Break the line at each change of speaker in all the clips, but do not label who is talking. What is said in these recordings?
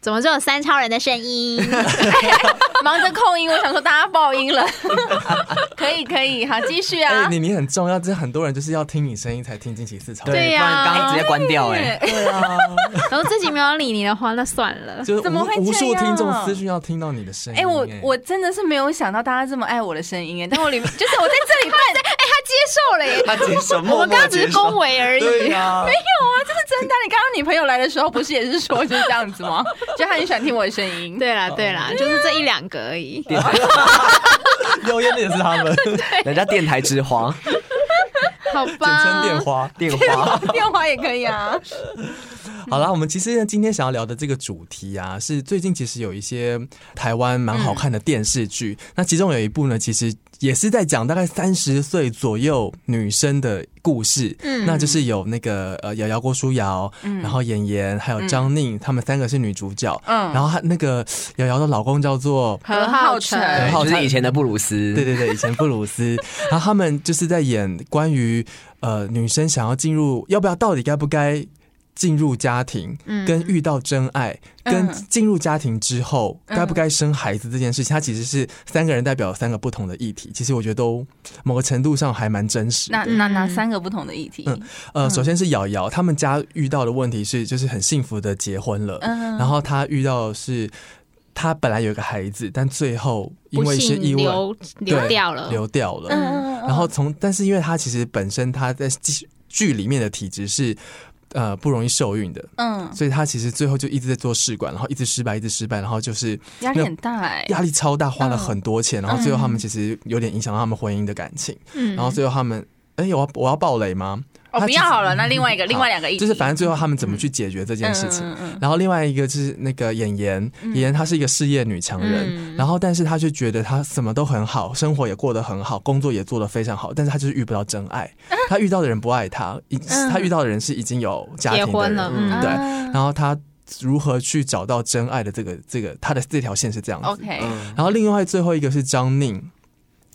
怎么只有三超人的声 音？
忙着扣音，我想说大家爆音了。 可以可以，好，继续
哎，
啊。
你你很重要，这很多人就是要听你声音才听惊奇四超人。
对，
呀
不然刚刚直接关掉哎。
对啊，
然后自己没有理你的话，那算了。
就是
怎么会这
无
样
无数听众私讯要听到你的声音。
哎、我我真的是没有想到大家这么爱我的声音哎，但我里面就是我在这里办，
哎，他接受了耶！
他接受，
我
默
们
默
刚刚只
接
是恭
受。
维而已。
对 呀，
这是真的。啊你刚刚女朋友来的时候不是也是说就是这样子吗？就她很喜欢听我的声音。
对
哦
啦，对啦，就是这一两个而已。
留言的也是 他们，简
人家电台之皇，
好
称
吧，
电花。
电 花。
电话也可以啊。
好啦，我们其实呢今天想要聊的这个主题啊，是最近其实有一些台湾蛮好看的电视剧，
嗯
那其中有一部呢，其实也是在讲大概三十岁左右女生的故事，嗯，那就是有那个呃瑶瑶郭书瑶，
嗯
然后妍妍还有张宁，她们三个是女主角，嗯，
嗯
然后她那个瑶瑶的老公叫做。
何浩晨
对，
浩
就是
他
以前的布鲁斯。
对对对，以前布鲁斯，然后他们就是在演关于呃女生想要进入要不要到底该不该进入家庭，跟遇到真爱，跟
嗯
进入家庭之后该不该生孩子这件事情，它其实是三个人代表三个不同的议题，其实我觉得都某个程度上还蛮真实的。
哪哪哪三个不同的议题？
嗯呃，首先是瑶瑶，他们家遇到的问题是，就是很幸福的结婚了，
嗯
然后她遇到的是。她本来有一个孩子，但最后因为一些意外
流
对
流掉了。
流掉了。
嗯
然后从，但是因为他其实本身他在剧剧里面的体质是。呃，不容易受孕的，
嗯，
所以他其实最后就一直在做试管，然后一直失败，一直失败，然后就是
压力很大哎。
压力超大，花了很多
嗯
钱，然后最后他们其实有点影响到他们婚姻的感情，
嗯
然后最后他们，哎、我要我要暴雷吗？
哦，
他
不
嗯其
要
实
好了，那另外一个，另外两个议题
就是反正最后他们
嗯
怎么去解决这件事情。
嗯嗯嗯嗯
然后另外一个就是那个演员，
嗯
演员她是一个事业女强人，然后但是她却觉得她什么都很好，生活也过得很好，工作也做得非常好，但是她就是遇不到真 爱，她遇到的人不爱她，已她遇到的人是已经有家
嗯
庭
结
的
婚
人，
了
嗯，
嗯
对，
啊
然后她如何去找到真爱的这个这个她的这条线是这样子
嗯 OK，
嗯
然后另外最后一个是张宁。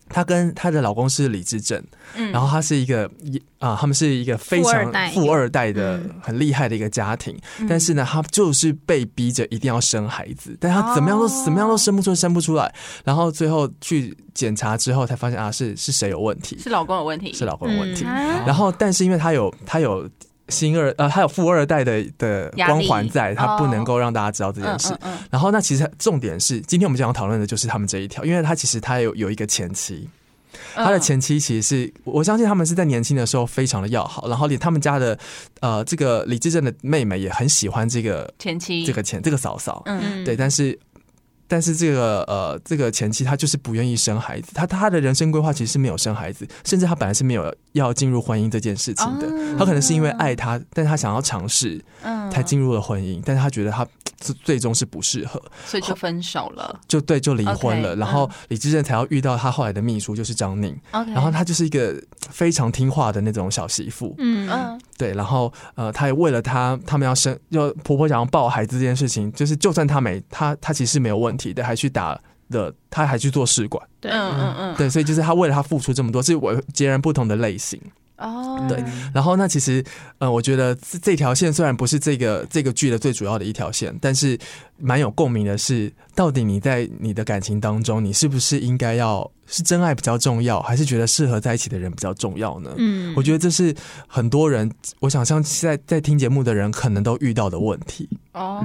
她跟她的老公是李智正，
嗯
然后她是一个一啊、他们是一个非
富
常
二代
富二代的、
嗯
很厉害的一个家庭，
嗯
但是呢，她就是被逼着一定要生孩子，但她怎么样都、
哦
怎么样都生不出生不出来，然后最后去检查之后才发现啊，是是谁有问题，
是老公有问题，
是老公有问题，
啊
然后但是因为她有她有。新二呃，她有富二代的的
压
光
力
环在，她不
哦
能够让大家知道这件
嗯
事
嗯。嗯，
然后，那其实重点是，今天我们想要讨论的就是他们这一条，因为他其实他有有一个前妻，
嗯
他的前妻其实是我相信他们是在年轻的时候非常的要好，然后连他们家的呃这个李智正的妹妹也很喜欢这个
前妻
这个前这个嫂嫂，
嗯
对，但是。但是这个呃，这个前妻她就是不愿意生孩子，她她的人生规划其实是没有生孩子，甚至她本来是没有要进入婚姻这件事情的。她可能是因为爱他，但她想要尝试，
哦嗯
才进入了婚姻，但是她觉得她最最终是不适合。
所以就分手了。
就对，就离婚了。
OK，嗯
然后李智正才要遇到他后来的秘书，就是张宁。
OK，
然后她就是一个非常听话的那种小媳妇，
嗯，
嗯
对。然后呃，她也为了她他们要生，要婆婆想要抱孩子这件事情，就是就算她没她她其实没有问题的，还去打了，她还去做试管，
嗯
对
嗯嗯，
对。所以就是她为了她付出这么多，是我截然不同的类型。
哦，
对，然后那其实，呃，我觉得这这条线虽然不是这个这个剧的最主要的一条线，但是蛮有共鸣的是，到底你在你的感情当中，你是不是应该要是真爱比较重要，还是觉得适合在一起的人比较重要呢？
嗯
我觉得这是很多人，我想像现在在听节目的人可能都遇到的问题。
哦，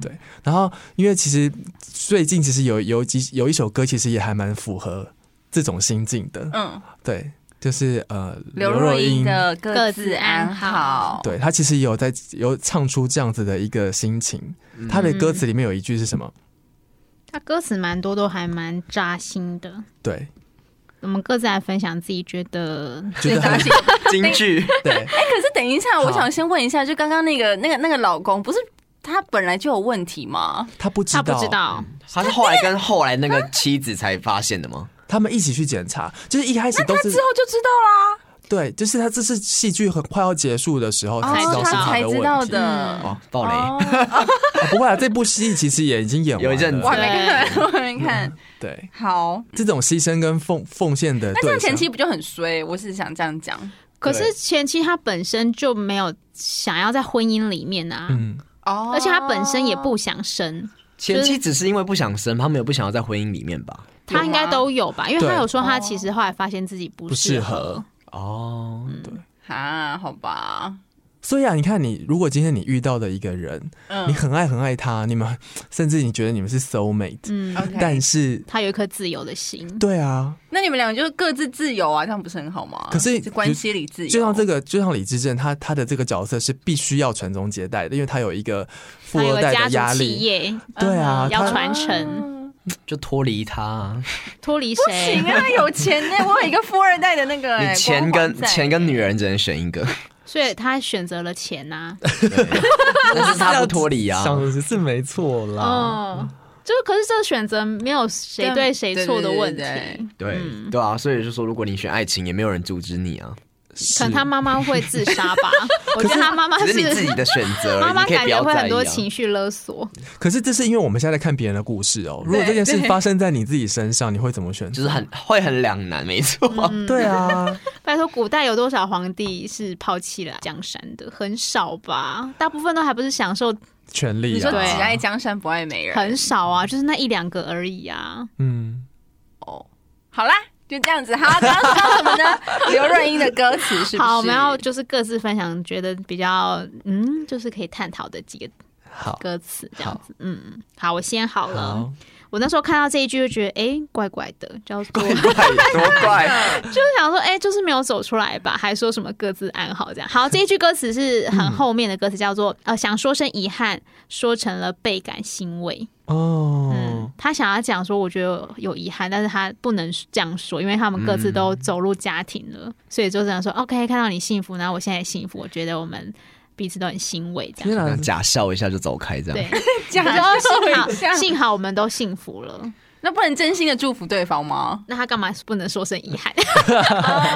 对，然后因为其实最近其实有有几有一首歌，其实也还蛮符合这种心境的。
嗯，
对，就是呃，
刘若英的各自安好，
对他其实也有在有唱出这样子的一个心情。
嗯
他的歌词里面有一句是什么？
他歌词蛮多，都还蛮扎心的。
对，
我们各自来分享自己觉得
觉得很
京剧
对，
哎，可是等一下，
好
我想先问一下，就刚刚那个那个那个老公，不是他本来就有问题吗？
他不知
他
道，
不知道，
他是后来跟后来那个妻子才发现的吗？
他们一起去检查，就是一开始都
他
是
之后就知道啦，
对，就是他这是戏剧很快要结束的时候才知
哦
道是
他
他
才
的
知道
问题。嗯
的。
哦，暴雷，
哦，
啊不会啊，这部戏其实也已经演完了
有一阵子
我还没看， 我还没
嗯
看。
对，
好，
这种牺牲跟奉奉献的
那这
对
样
象
前，期不就很衰？我是想这样讲
可是前妻她本身就没有想要在婚姻里面啊，
嗯，
哦
而且她本身也不想生，
前期只是因为不想生，他们也不想要在婚姻里面吧？
有吗
她应该都有吧？因为
对
她有说她其实后来发现自己不
不适
适
合
合，。
哦，对，
啊，好吧，
所以啊，你看你，如果今天你遇到的一个人，你
嗯
很爱很爱他，你们甚至你觉得你们是 soul mate，、
嗯，
，OK。
但是
她有一颗自由的心。
对啊，
那你们两个就是各自自由啊，这样不是很好吗？
可是
关系里自由，
就像这个，就像李智正，他他的这个角色是必须要传宗接代的，因为他有一个富
她有
二
个
代
家
的压
族企
力。
业
对啊，
嗯
要
他
传承，
就脱离他啊，
脱离
啊不行
谁？
啊，有钱呢，我有一个富二代的那个
你
哎
钱
光环
跟
在
钱
啊
跟女人只能选一 个，
所以她选择了钱啊呐。
但是他不脱离啊。
想的是没错啦。
嗯
哦，就是可是这个选择没有谁对谁错的问
对对对
题，
对对啊，所以就说，如果你选爱情，也没有人阻止你啊，
可能她妈妈会自杀吧？我觉得她妈妈
只是你自己的选择而已，
啊妈妈
你可以
感
不
觉
要
会
在
很
意啊
多。情绪勒索，
可是这是因为我们现在在看别人的故事哦。如果这件事
对
发生在你自己身上，你会怎么选
就
择？
是很会很两难，没错。
嗯
对啊，
拜托，古代有多少皇帝是抛弃了江山的？很少吧，大部分都还不是享受，
权利
你说
啊，
只
对
爱江山不爱美人，
很少啊，就是那一两个而已啊。
嗯，
哦好啦，就这样子。好，刚刚说什 么呢？刘若英的歌词是不是？
好，我们要就是各自分享，觉得比较嗯，就是可以探讨的几个
好，
歌词这样子。嗯，嗯好，我先好了。
好，
我那时候看到这一句就觉得，哎、怪怪的，叫做 就
怪多怪，
是想说，哎、就是没有走出来吧，还说什么各自安好这样。好，这一句歌词是很后面的歌词，叫做、呃，想说声遗憾，说成了倍感欣慰。
哦
嗯，，他想要讲说，我觉得有遗憾，但是他不能这样说，因为他们各自都走入家庭了，所以就这样说，OK，看到你幸福，然后我现在也幸福，我觉得我们彼此都很欣慰，这样
天哪，
假笑一下就走开这
对
样。，
讲
我 说哦幸好
一下，
幸好我们都幸福了，
那不能真心的祝福对方吗？
那他干嘛不能说声遗憾？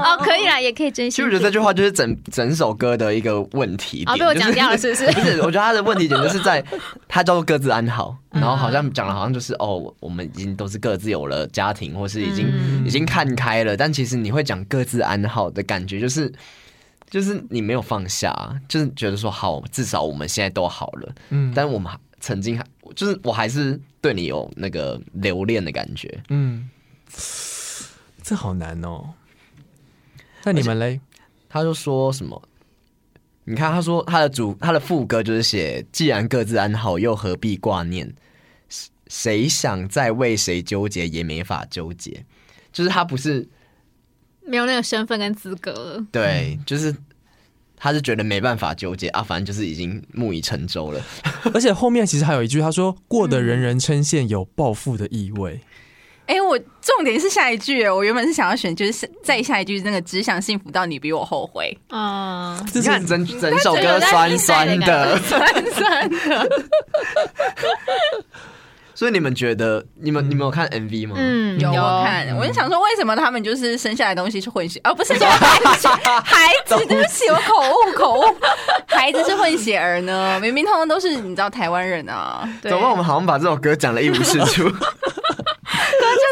哦，可以啦，也可以真
其实
心
我
祝
觉
福。
得这句话就是整整首歌的一个问题
哦，
点，
被我讲掉了，
就是
不 是？
不是，我觉得他的问题点就是在他叫做各自安好，
嗯
然后好像讲的好像就是哦，我我们已经都是各自有了家庭，或是已经、
嗯
已经看开了，但其实你会讲各自安好的感觉，就是就是你没有放下，就是觉得说好，至少我们现在都好了，
嗯
但我们还曾经还就是我还是对你有那个留恋的感觉，
嗯，这好难哦。那你们嘞？
他就说什么？你看，他说他的主他的副歌就是写“既然各自安好，又何必挂念？谁谁想再为谁纠结，也没法纠结。”就是他不是
没有那个身份跟资格了。
对，就是他是觉得没办法纠结啊，反正就是已经木已成舟了。
而且后面其实还有一句，他说过得人人称羡，有暴富的意味。
哎、我重点是下一句耶，我原本是想要选，就是再下一句那个只想幸福到你比我后悔，
嗯，
这
你
是
看整整首
有
歌
在
酸
听待的
酸
感
的
觉，
酸酸的。
所以你们觉得你们你们有看 MV 吗？
嗯，
有我看，我就想说，为什么他们就是生下来的东西是混血，哦而、不是说孩子孩子，对不起，我口误口误，孩子是混血儿呢？明明通通都是你知道台湾人啊，
对
怎么我们好像把这首歌讲的一无是处？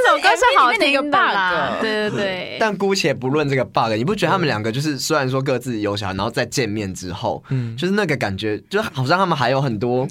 这首歌是好听的
MV 里面的一个
啦
bug，
对对 对。嗯
但姑且不论这个 bug，你不觉得他们两个就是虽然说各自有小孩，然后再见面之后，
嗯
就是那个感觉，就好像他们还有很多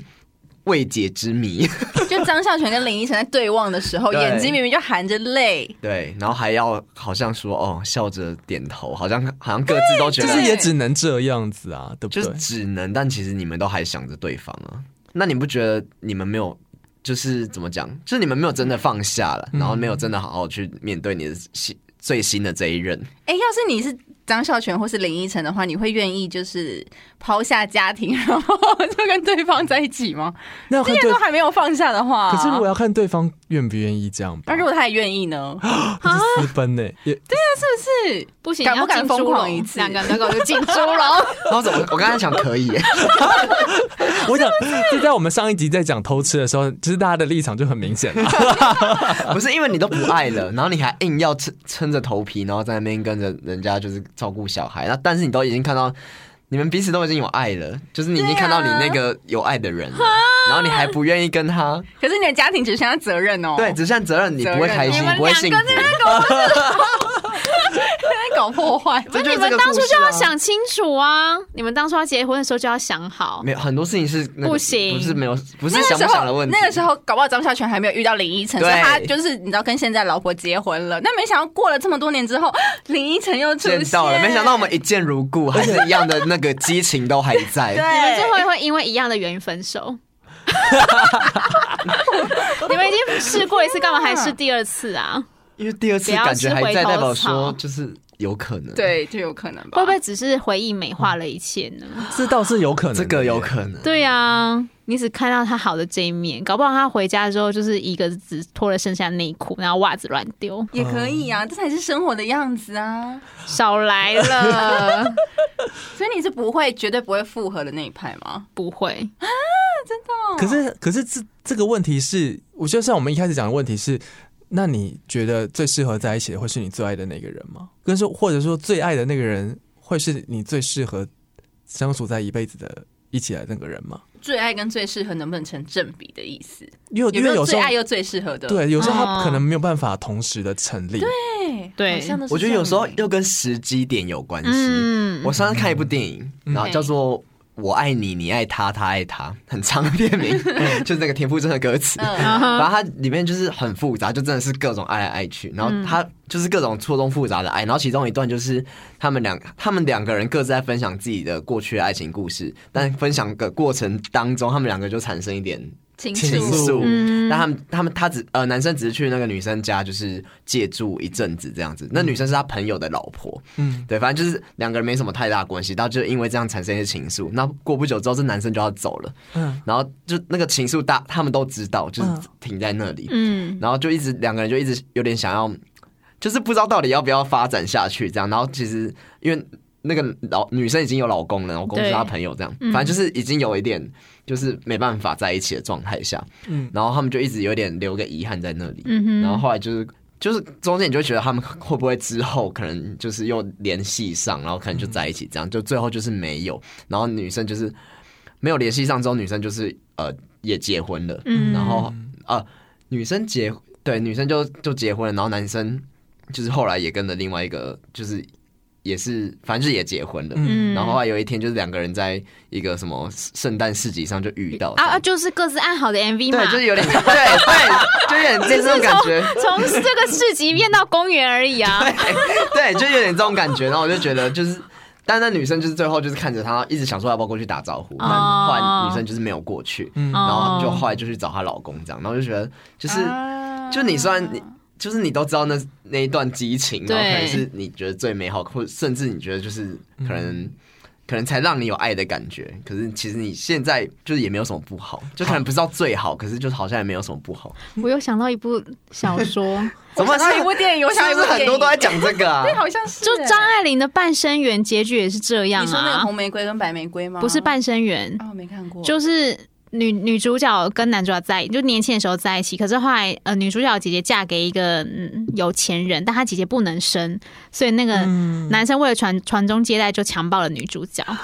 未解之谜，
就张孝全跟林依晨在对望的时候，
对
眼睛明明就含着泪，
对，然后还要好像说哦笑着点头，好像好像各自都觉
就
得
是也只能这样子啊，对不
就是
对？
只能，但其实你们都还想着对方啊。那你不觉得你们没有，就是怎么讲，就是你们没有真的放下了，然后没有真的好好去面对你的新最新的这一任，
哎、要是你是张孝全或是林依晨的话，你会愿意就是抛下家庭，然后 就跟对方在一起吗？
哦
那要
这
看
些
对
都，还没有放下的话，
可是我要看对方愿不愿意这样吧
那。如果他也愿 意呢？
那 就私奔呢、欸也
是是？
不行，
敢不
要进
敢疯
猪笼
狂一次
两个人都给我就进猪笼。
然后怎么？我刚才想可以耶，
我想就在我们上一集在讲偷吃的时候，其实大家的立场就很明显了。
不是因为你都不爱了，然后你还硬要撑撑着头皮，然后在那边跟着人家就是照顾小孩。那但是你都已经看到，你们彼此都已经有爱了，就是你已经看到你那个有爱的人了，然后你还不愿意跟他，
可是你的家庭只剩下责任哦。
对， 只剩责任，你不会开
你
心，
们
不会幸福
两。个
在搞破坏。
不是
就是
你们
这个
当初
故事
就
啊
要想清楚啊！你们当初要结婚的时候就要想好
没。有很多事情是那个
不行
不是没有，不是
那
想
个时
不
候
想的问，题。
那个时候搞不好张孝全还没有遇到林依晨，所
对
以他就是你知道跟现在老婆结婚了。那没想到过了这么多年之后，林依晨又出
见
现
到了，没想到我们一见如故，还是一样的那个激情都还在。
你们最
对，
后也会因为一样的原因分手。 你们已经试过一次，干嘛还试第二次 啊？
因为第二次感觉还
不要
在，
吃回头
代表
草
说就是有可能。，
对就有可能吧？
会不会只是回忆美化了一切呢？
这倒是有可能
这
的耶，
个有可能。
对啊，你只看到他好的这一面，搞不好他回家之后就是一个只脱了剩下内裤，然后袜子乱丢，
也可以
嗯
啊？这才是生活的样子 啊！
少来了，
所以你是不会绝对不会复合的那一派吗？
不会。哦
可是，可是这这个问题是，我觉得像我们一开始讲的问题是，那你觉得最适合在一起的会是你最爱的那个人吗？跟说，或者说最爱的那个人会是你最适合相处在一辈子的一起来的那个人吗？
最爱跟最适合能不能成正比的意思？
因
有
为因
没
为
有
有时
最
候
爱又最适合的？
对，有时候
哦
他可能没有办法同时的成立。
对
对
好像都是
我觉得有时候
这样
又跟时机点有关系。
嗯
我上次看一部电影，然后叫做《我爱你，你爱他，他爱他》，很长的片名， 就是那个田馥甄的歌词。
嗯
然后它里面就是很复杂，就真的是各种爱来爱去，然后他就是各种错综复杂的爱，然后其中一段就是他们两他们两个人各自在分享自己的过去的爱情故事，但分享的过程当中，他们两个就产生一点
情
情
愫
愫。
嗯
但他们他们他只呃男生只是去那个女生家就是借住一阵子这样子，那女生是他朋友的老婆，
嗯，
对，反正就是两个人没什么太大关系，然后就因为这样产生一些情愫。那过不久之后，这男生就要走了，
嗯，
然后就那个情愫大，他们都知道，就是
嗯
停在那里，
嗯，
然后就一直两个人就一直有点想要，就是不知道到底要不要发展下去这样。然后其实因为那个老女生已经有老公了，老公是她
对
朋友这样，
嗯
反正就是已经有一点就是没办法在一起的状态下，
嗯
然后他们就一直有点留个遗憾在那里，
嗯哼
然后后来就是。就是中间你就会觉得他们会不会之后可能就是又联系上，然后可能就在一起，这样就最后就是没有。然后女生就是没有联系上之后，女生就是呃也结婚了，
嗯
然后呃女生结对女生就就结婚了，然后男生就是后来也跟着另外一个就是也是反正就是也结婚了。
嗯
然后后来有一天，就是两个人在一个什么圣诞市集上就遇到
啊啊，就是各自按好的 MV
对，
嘛，
就是有点对对，就有点这种感 觉。
从这个市集变到公园而已啊。
对，就有点这种感觉。然后我就觉得就是。但那女生就是最后就是看着他，一直想说要不要过去打招呼，但
哦
后来女生就是没有过去，
嗯
然后
哦
就后来就去找她老公这样，然后就觉得就是、
啊
就你虽然你就是你都知道那那一段激情，然后可
对
能是你觉得最美好，或甚至你觉得就是可能、
嗯
可能才让你有爱的感觉，可是其实你现在就是也没有什么不好，就可能不知道最好，可是就好像也没有什么不好。
我又想到一部小 说，
怎么
我想到一部电影，我
是
想到一
不
部
是很多都在
电影
讲这个啊？
好像是
就张爱玲的《半生缘》，结局也是这样
你说那个
啊
红，玫瑰跟白玫瑰吗？
不是《半生缘
啊，我没看过。》，
就是。女女主角跟男主角在就年轻的时候在一起，可是后来呃女主角姐姐嫁给一个、嗯、有钱人，但她姐姐不能生，所以那个
嗯
男生为了传传宗接代就强暴了女主角。
啊，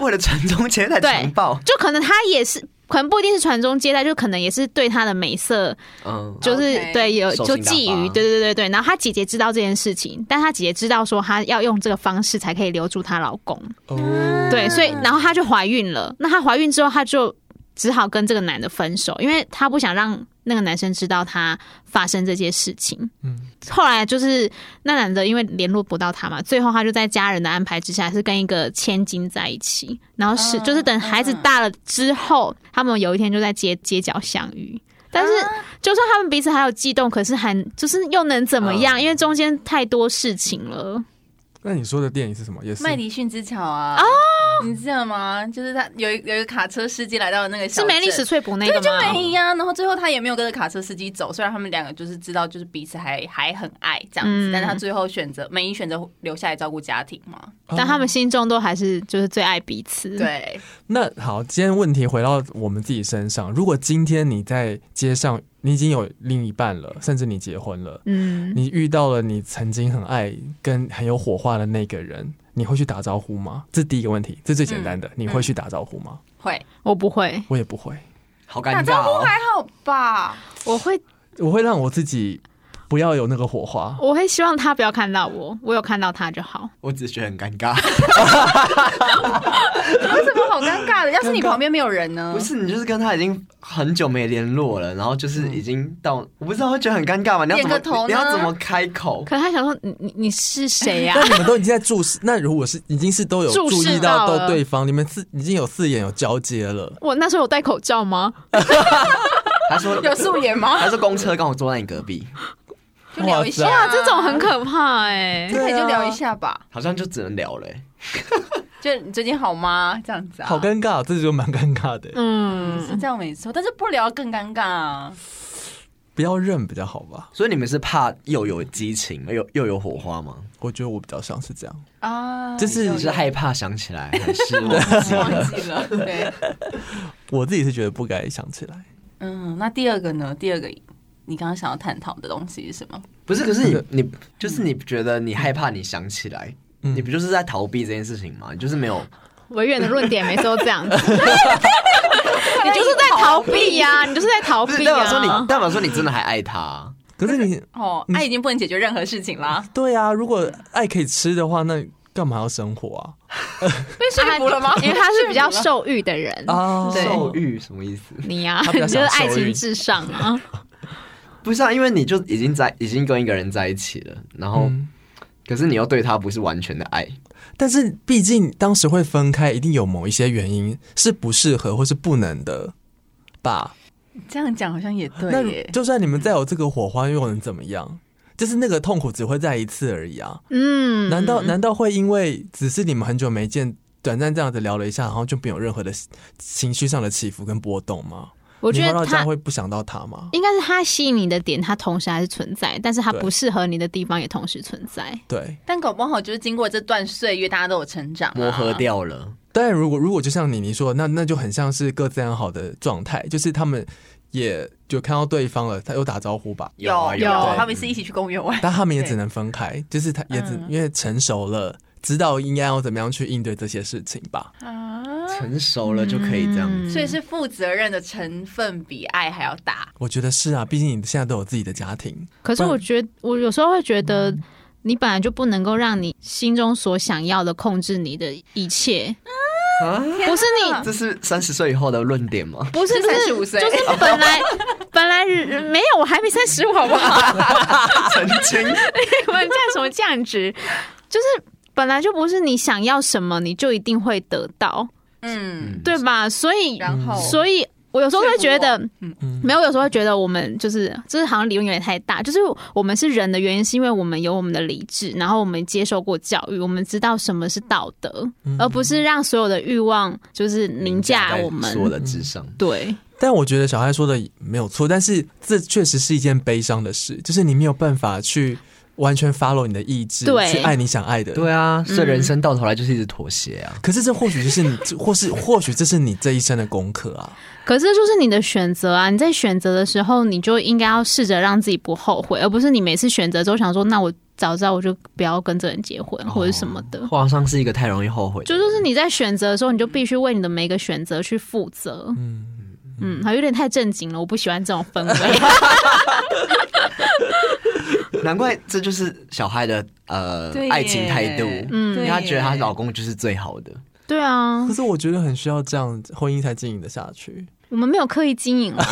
为了传宗接代
对
强暴，
就可能他也是，可能不一定是传宗接代，就可能也是对他的美色，
嗯，
就是
OK
对有
兽
就
性大
觊觎，
发
对对对对。然后他姐姐知道这件事情，但他姐姐知道说她要用这个方式才可以留住她老公，
哦，
对，所以然后她就怀孕了。那她怀孕之后，她就只好跟这个男的分手，因为她不想让那个男生知道她发生这些事情。
嗯
后来就是那男的因为联络不到她嘛，最后她就在家人的安排之下是跟一个千金在一起，然后是、
嗯
就是等孩子大了之后，他们有一天就在街街角相遇。但是，
啊
就算他们
啊
彼此还有悸动，可是还就是又能怎么样？因为中间太多事情了。
那你说的电影是什么？也是
麦迪逊之桥啊！
哦
啊，你记得吗？就是他有一有一个卡车司机来到那个
是
小镇
梅丽史翠普那
对，
个
就
吗？
没呀、然后最后他也没有跟着卡车司机走，虽然他们两个就是知道，就是彼此还还很爱这样子，
嗯
但他最后选择梅姨选择留下来照顾家庭嘛。
哦
但他们心中都还是就是最爱彼此。，
对，
那好，今天问题回到我们自己身上。如果今天你在街上，你已经有另一半了，甚至你结婚了，
嗯，
你遇到了你曾经很爱跟很有火花的那个人，你会去打招呼吗？这是第一个问题，这是最简单的，你会去打招呼吗？
会
我不会，
我也不会，
好
打
尴尬
招呼
哦。
还好吧？
我会，
我会让我自己不要有那个火花。
我会希望他不要看到我，我有看到他就好。
我只是觉得很尴尬。
为什么好尴尬的？要是你旁边没有人呢？
不是你就是跟他已经很久没联络了，然后就是已经到，我不知道会觉得很尴尬吗？你要怎么
点个头呢
你要怎么开口？
可能他想说，你你你是谁啊呀、
但你们都已经在注视，那如果是已经是都有
注
注
视
意到
到
到
了
对方，你们四已经有四眼有交接了，
我那时候有戴口罩吗？
他说
有素颜吗？
他说公车刚好坐在你隔壁，
就聊一下啊
哇
啊，这种很可怕哎、
可以就聊一下吧。
好像就只能聊了、欸。
就你最近好吗？这样子啊，
好尴尬，这就蛮尴尬的。
是
嗯，
这样没错，但是不聊更尴尬啊。
不要认比较好吧，
所以你们是怕又有激情又又有火花吗？
我觉得我比较像是这样。
啊，
就是
有
你是
有
害怕想起来还是
忘记了， 对，
我自己是觉得不该想起来。
嗯，那第二个呢？第二个，你刚刚想要探讨的东西是什么？
不是？可是 你你就是你觉得你害怕你想起来，
嗯
你不就是在逃避这件事情吗？你就是没有
维远的论点每次都这样子，你就是在逃避呀、你就是在逃
啊
不是
避
代表说你
呀、
代表说你真的还爱他啊、
可是你
哦，爱已经不能解决任何事情啦，
对啊，如果爱可以吃的话，那干嘛要生活啊？
被说服了吗？
因为他是比较受欲的人，
啊，
对
受欲什么意思？
你呀、
他比
你就
较
是
想
爱
受
情
欲
至上啊。
不是啊，因为你就已经在已经跟一个人在一起了，然后、
嗯
可是你又对他不是完全的爱，
但是毕竟当时会分开，一定有某一些原因是不适合或是不能的吧？
这样讲好像也
那
对耶。
就算你们再有这个火花，又能怎么样？就是那个痛苦只会在一次而已啊！
嗯，
难道难道会因为只是你们很久没见，短暂这样子聊了一下，然后就没有任何的情绪上的起伏跟波动吗？
我觉
你会
得
到这
他
样会不想到他吗？
应该是他吸引你的点，它同时还是存在，但是它
对
不适合你的地方也同时存在。
对，
但搞不好就是经过这段岁月，大家都有成长啊，
磨合掉了。
但如果如果就像你你说的，那那就很像是各自安好的状态，就是他们也就看到对方了，他有打招呼吧，
有
啊
有
啊
对，
他们是一起去公园玩，
但他们也只能分开，就是他也只、
嗯
因为成熟了，知道应该要怎么样去应对这些事情吧。
啊，
成熟了就可以这样子。
嗯
所以是负责任的成分比爱还要大。
我觉得是啊，毕竟你现在都有自己的家庭，
可是
不然
我觉得，我有时候会觉得，你本来就不能够让你心中所想要的控制你的一切，
啊，
不是你
这是三十岁以后的论点 吗？
不是
是
不是
35岁
就是本 来本来人没有，我还没三十五，好不好？
曾经，
你们这样什么价值？就是本来就不是你想要什么，你就一定会得到，
嗯，
对吧？所以
然
嗯
后
所以我有时候会觉得，
嗯
嗯
没有，有时候会觉得我们就是，就是好像理论有点太大。就是我们是人的原因，是因为我们有我们的理智，然后我们接受过教育，我们知道什么是道德，而不是让所有的欲望就是
嗯
凌驾我
在所有
们。
的智商。
对，
但我觉得小孩说的没有错，但是这确实是一件悲伤的事，就是你没有办法去完全 follow 你的意志，
对
去爱你想爱的。
对啊，所以人生到头来就是一直妥协啊。
可是这或许就是你，这或是或许这是你这一生的功课啊。
可是就是你的选择啊，你在选择的时候，你就应该要试着让自己不后悔，而不是你每次选择之后想说，那我早知道我就不要跟这人结婚或者什么的。
皇上是一个太容易后悔的
嗯就
人，
就是你在选择的时候，你就必须为你的每一个选择去负责。嗯嗯，好，有点太正经了，我不喜欢这种氛 围。
难怪这就是小孩的呃
对耶
爱情态度，
嗯
因为她觉得她
对耶
老公就是最好的。
对啊
可，是我觉得很需要这样，婚姻才经营的下去。
我们没有刻意经营啊。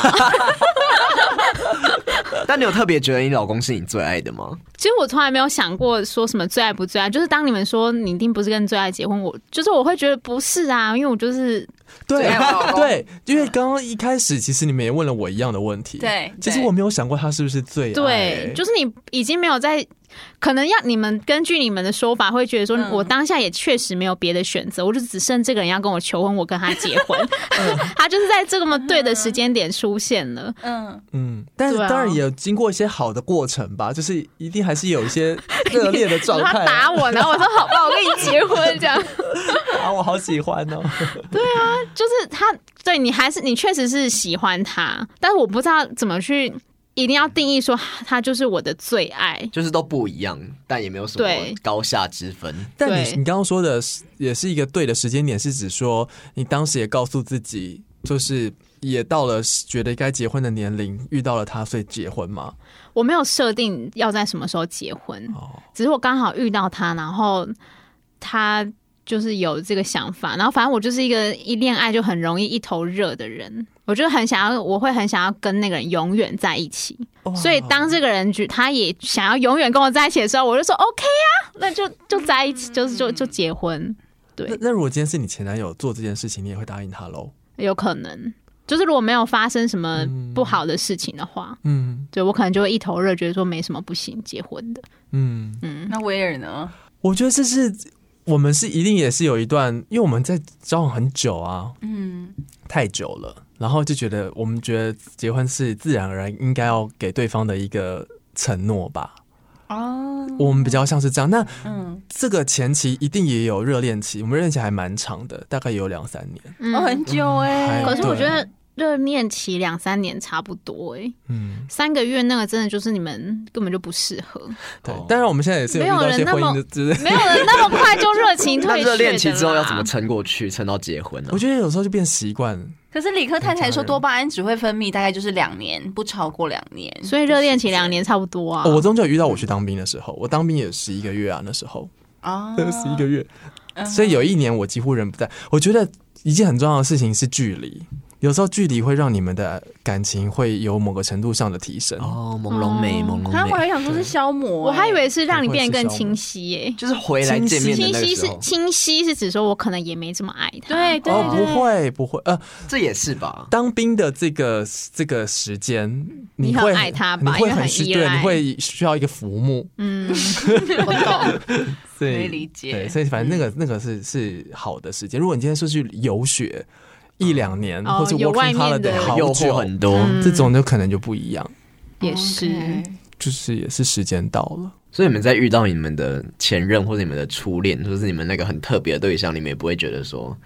但你有特别觉得你老公是你最爱的吗？
其实我从来没有想过说什么最爱不最爱，就是当你们说你一定不是跟最爱结婚，我就是我会觉得不是啊，因为我就是
对
对我
哦
老公
对，因为刚刚一开始，其实你们也问了我一样的问题。
对
其实我没有想过他是不是最爱
对，就是你已经没有在可能要你们根据你们的说法，会觉得说，我当下也确实没有别的选择，我就只剩这个人要跟我求婚，我跟他结 婚，他就是在这么对的时间点出现了。
嗯，
嗯，但是
对啊
当然也有经过一些好的过程吧，就是一定还是有一些热烈的状
然后
态
他
啊。
打我，然后我说好吧，我跟你结婚这 样。
啊，我好喜欢 哦。
就是他对你还是你确实是喜欢他，但是我不知道怎么去一定要定义说他就是我的最爱。
就是都不一样，但也没有什么
对
高下之分。
但
对
你你刚刚说的是也是一个对的时间点，是指说你当时也告诉自己，就是也到了觉得该结婚的年龄，遇到了他，所以结婚嘛。
我没有设定要在什么时候结婚，
哦，
只是我刚好遇到他，然后他就是有这个想法，然后反正我就是一个一恋爱就很容易一头热的人，我就很想要，我会很想要跟那个人永远在一起。
哇
所以当这个人觉他也想要永远跟我在一起的时候，我就说 OK 啊，那就就在一
嗯
起，就是就就结婚。对
那，那如果今天是你前男友做这件事情，你也会答应他喽？
有可能，就是如果没有发生什么
嗯
不好的事情的话，
嗯
对我可能就会一头热，觉得说没什么不行结婚的。
嗯。
那威尔呢？
我觉得这是我们是一定也是有一段，因为我们在交往很久啊，
嗯，
太久了，然后就觉得我们觉得结婚是自然而然应该要给对方的一个承诺吧。
哦，
我们比较像是这样，那
嗯，
这个前期一定也有热恋期，我们热恋期还蛮长的，大概也有两三年。
哦，很久
嗯
哎、
还
欸可是我觉
对
得热恋期两三年差不多、欸，
嗯，
三个月那个真的就是你们根本就不适合，
对
哦。
当然我们现在也是有遇到一些婚姻的，之类。
没有人那么快就热情
那
退却
热恋期
的
之后要
啦
怎么撑过去，撑到结婚呢、
我觉得有时候就变习惯，
可是理科太太说多巴胺只会分泌大概就是两年，不超过两年，
所以热恋期两年差不多啊。
哦我终究有遇到我去当兵的时候，我当兵也十一个月啊，那时候
哦，
十一个月，
嗯
所以有一年我几乎人不在。我觉得一件很重要的事情是距离，有时候距离会让你们的感情会有某个程度上的提升。
哦，朦胧美，朦
啊，我
胧
还
美，
想说是消磨、
我还以为是让你
会
变得
是
更
消
清
磨
晰欸耶、
就是回来见面的
清
那个
晰
时
是
候，
清晰是指说我可能也没这么爱他，
对对
哦，
对，
不会不会，呃，
这也是吧？
当兵的这个这个时间，
你很
会
爱他
你
吧因
会
为
很
很
需
依
对，你
赖
会需要一个浮木，
嗯，我懂。
所
可以
以
理解
对，所以
嗯
反正那个那个是是好的时间。如果你今天说去游学一两年，
哦
或者
有
working
外面
holiday
的
好
诱惑
久，
很多，
嗯
这种就可能就不一样，
也是
哦 OK
就是也是时间到了。
所以你们在遇到你们的前任或者你们的初恋，或者是你们那个很特别的对象，你们也不会觉得说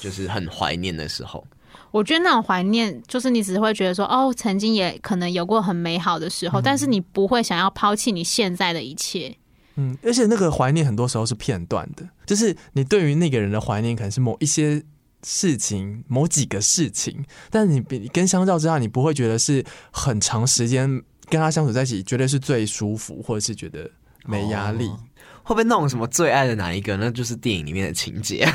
就是很怀念的时候。
我觉得那种怀念，就是你只会觉得说，哦，曾经也可能有过很美好的时
嗯
候，但是你不会想要抛弃你现在的一切。
嗯，而且那个怀念很多时候是片段的，就是你对于那个人的怀念可能是某一些事情、某几个事情，但你比跟相较之下，你不会觉得是很长时间跟他相处在一起，绝对是最舒服，或者是觉得没压力。
哦会不会那种什么最爱的哪一个？那就是电影里面的情节，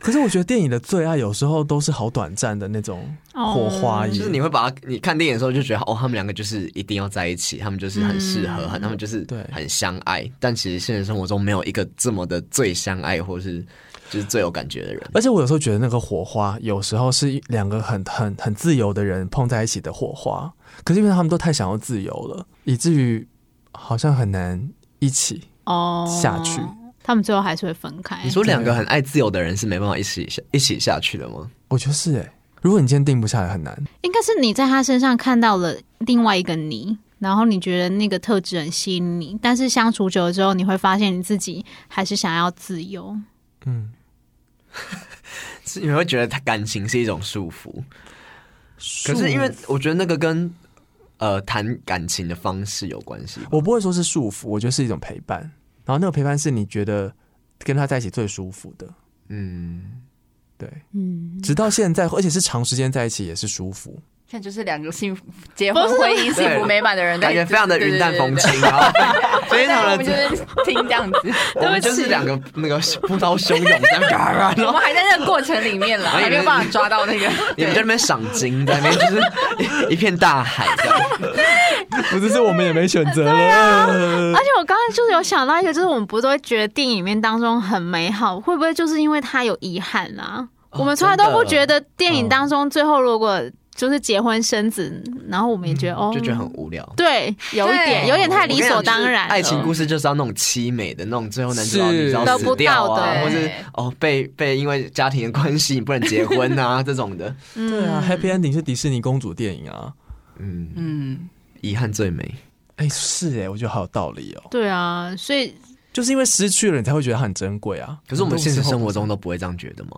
可是我觉得电影的最爱有时候都是好短暂的那种火花
就
耶。
是你会把它，你看电影的时候就觉得哦，他们两个就是一定要在一起，他们就是很适合，很、他们就是
嗯对
很相爱。但其实现实生活中没有一个这么的最相爱，或是就是最有感觉的人。
而且我有时候觉得那个火花，有时候是两个很很很自由的人碰在一起的火花，可是因为他们都太想要自由了，以至于好像很难一起。
哦，
下去，
他们最后还是会分开。
哎
你说两个很爱自由的人是没办法一起下一起下去的吗？
我觉得是哎、如果你今天定不下来，很难。
应该是你在他身上看到了另外一个你，然后你觉得那个特质很吸引你，但是相处久了之后，你会发现你自己还是想要自由。
嗯，
是你会觉得他感情是一种束缚，可是因为我觉得那个跟呃谈感情的方式有关系吧。
我不会说是束缚，我觉得是一种陪伴。然后那个陪伴是你觉得跟他在一起最舒服的，
嗯，
对，
嗯，
直到现在，而且是长时间在一起也是舒服。
现在就是两个幸福结婚婚姻幸福美满的人，
感
哎
觉非常的云淡风轻，然后非
对。对对对对 但
常
我们就
的，
是听这样子，
我们就是两个那个 波涛汹涌在那边嘎 嘎，然后
我们还在那个过程里 面了，
哎
还没有办法抓到那个。
你们在那边赏金，在那边就是一一片大海这样。
不是，是我们也没选 择了。
而且我刚刚就是有想到一个，就是我们不都会觉得电影里面当中很美好，会不会就是因为它有遗憾啊？
哦
我们从来都
真的
不觉得电影当中最后如果就是结婚生子，然后我们也觉得、哦，
嗯就觉得很无聊。
对，有一点
对
有点太 理所当然了。
爱情故事就是要那种凄美的那种，最后男主角
是
女主角
得不
死掉
到
啊，
的
或是哦被被因为家庭的关系你不能结婚啊这种的，
嗯
对啊，Happy Ending 是迪士尼公主电影啊。
嗯，
嗯，
遗憾最美。
哎、是哎、我觉得好有道理哦、
对啊，所以
就是因为失去了，你才会觉得它很珍贵啊。
可是我们现实生活
中。
中都不会这样觉得吗？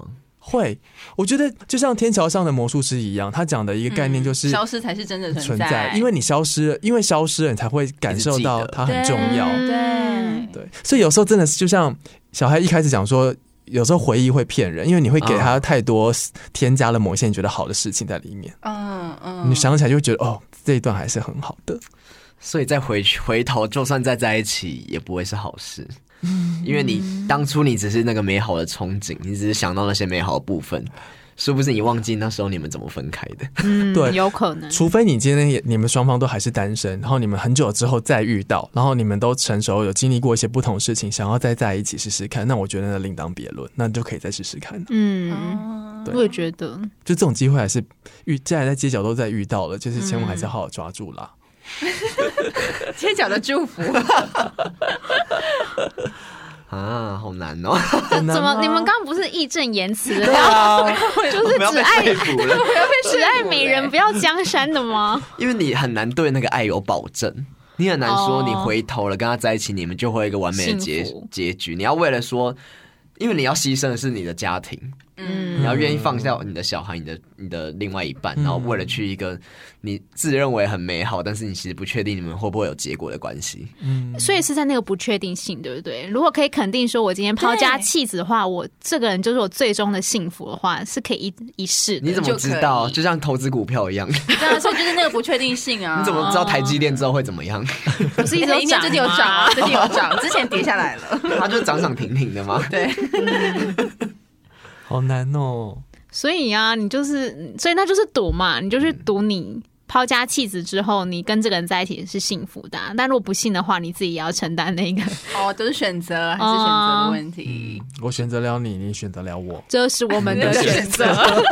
会，我觉得就像《天桥上的魔术师》一样，他讲的一个概念就是
嗯消失才是真的
存
在
在，，因为你消失了，因为消失了，你才会感受
一
到
直记得
它很重要。
对
对，
对，所以有时候真的是就像小孩一开始讲说，有时候回忆会骗人，因为你会给
嗯
他太多添加了某一些你觉得好的事情在里面，
嗯嗯，
你想起来就会觉得哦，这一段还是很好的。
所以再回去回头，就算再在一起，也不会是好事。
嗯
因为你当初你只是那个美好的憧憬，你只是想到那些美好的部分，殊不知你忘记那时候你们怎么分开的。
嗯，
对
有可能。
除非你今天也你们双方都还是单身，然后你们很久之后再遇到，然后你们都成熟，有经历过一些不同的事情，想要再在一起试试看，那我觉得那另当别论，那就可以再试试看。
嗯，
对
我也觉得，
就这种机会还是遇，既然在街角都在遇到了，就是千万还是要好好抓住啦。
嗯
街角的祝福，
啊，好难哦！
很难
怎么
吗
你们刚刚不是义正言辞 的，
啊，
就是
不要
只
被
爱
说服 了，
只爱美人不要江山的吗？
因为你很难对那个爱有保证，你很难说
哦
你回头了跟他在一起，你们就会有一个完美的结
幸福
结局。你要为了说，因为你要牺牲的是你的家庭，
嗯
你要愿意放下你的小孩，你的你的另外一半，然后为了去一个你自认为很美好，但是你其实不确定你们会不会有结果的关系。
所以是在那个不确定性，对不对？如果可以肯定说我今天抛家弃子的话，我这个人就是我最终的幸福的话，是可以一一试
你
的。
怎么
就
知
可
道？
以
就像投资股票一样，你
对啊，所以就是那个不确定性啊，
怎么知道台积电之后会怎么样？
不是一直有
哎？一定
涨
最近有
吗
涨啊，最近有 涨，之前跌下来了。
它就涨涨停停的吗？
对，
好难哦，
所以啊，你就是，所以那就是赌嘛，你就是赌你抛家弃子之后，你跟这个人在一起是幸福的啊、但如果不幸的话，你自己也要承担那个，，
哦，都是选择还是选择的问题。
我选择了你，你选择了我
这是我们的选择。
嗯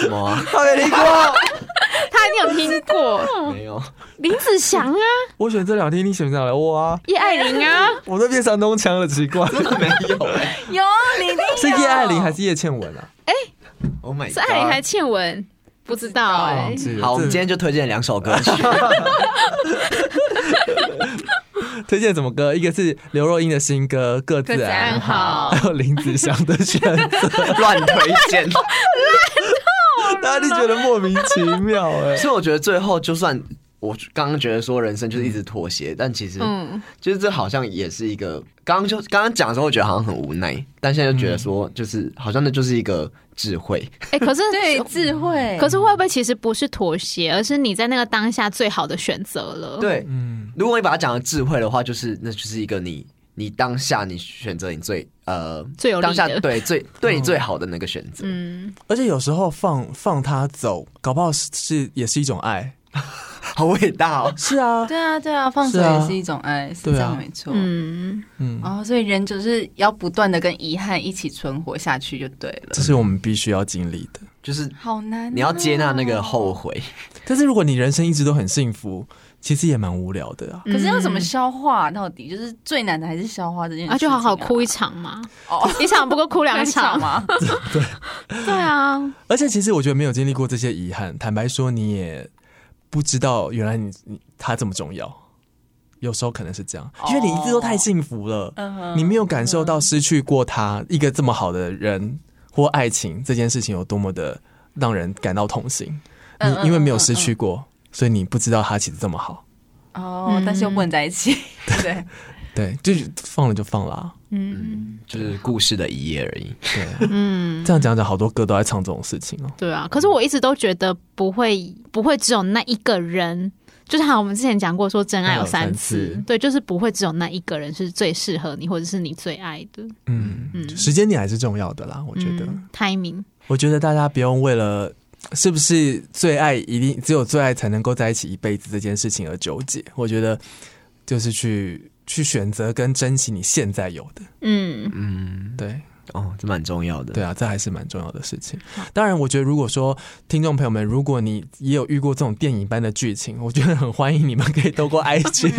什么啊？
他没听过，
他一定有听过
没有，
林子祥啊，
我选择了你，你选择了我啊，
叶爱玲啊，
我都变山东腔了，奇怪，
没有欸、
有你的
是叶爱玲还是叶倩文啊？
Oh my god！
是爱玲还是倩文？不知道哎、
是
好，我们
这
今天就推荐两首歌曲。
嗯推荐什么歌？一个是刘若英的新歌《各自
各自
安
安
好
好》，
还有林子祥的选择，
乱推 荐。
大家就觉得莫名其妙哎、
所以我觉得最后，就算我刚刚觉得说人生就是一直妥协，但其实
嗯，
就是这好像也是一个，刚刚就刚刚讲的时候，我觉得好像很无奈，但现在就觉得说，就是好像那就是一个智慧。
哎、可是
对智慧，
可是会不会其实不是妥协，而是你在那个当下最好的选择了？，
对，
嗯，
如果你把它讲的智慧的话，就是那就是一个你你当下你选择你最呃
最有利
当下
的。
对最对你最好的那个选择。
嗯，
而且有时候放放他走，搞不好是是也是一种爱。
好伟大哦！
是啊，
对啊对啊，放手
是啊
也是一种爱，是
对啊
这样没错。
嗯，
嗯，
哦，所以人就是要不断的跟遗憾一起存活下去就对了
这。是我们必须要经历的。
就是
好难哦、
你要接纳那个后悔，
但是如果你人生一直都很幸福，其实也蛮无聊的
嗯
啊。
可是要怎么消化？到底就是最难的还是消化这件事、
啊，就好好哭一，场嘛，
哦，
一场不够哭两
两
场
场。吗？
对啊，
而且其实我觉得没有经历过这些遗憾，坦白说你也不知道原来你你他这么重要。有时候可能是这样，因为你一直都太幸福了，你没有感受到失去过他一个这么好的人或爱情这件事情有多么的让人感到痛心。你因为没有失去过，所以你不知道他其实这么好。
哦，但是又不能在一起，
嗯
对，
对，就是放了就放啦、
嗯，就是故事的一页而已。
对，嗯，这样讲讲，好多歌都在唱这种事情哦。
对啊。可是我一直都觉得不会，不会只有那一个人。就是好，我们之前讲过说真爱有三
真爱
次
有三次，
对，就是不会只有那一个人是最适合你，或者是你最爱的。
嗯，时间点还是重要的啦，我觉得。
嗯 timing，
我觉得大家不用为了是不是最爱一定只有最爱才能够在一起一辈子这件事情而纠结。我觉得就是去去选择跟珍惜你现在有的，
嗯，
嗯，
对，
哦，这蛮重要的。
对啊，这还是蛮重要的事情。当然，我觉得如果说听众朋友们，如果你也有遇过这种电影般的剧情，我觉得很欢迎你们可以 透过 IG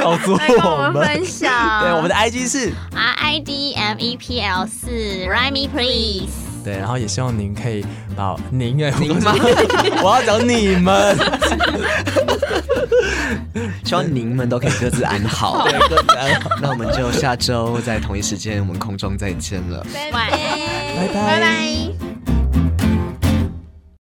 告诉
来跟我
我
们
们。
分享。
对，我们的 IG 是
R I D M E P L 四 r i m e please。
对，然后也希望您可以把您哎， 您吗？我要讲 你们，
希望您们都可以各自安好。
对各自安好
那我们就下周在同一时间，我们空中再见了。
拜
拜
拜
拜
拜拜。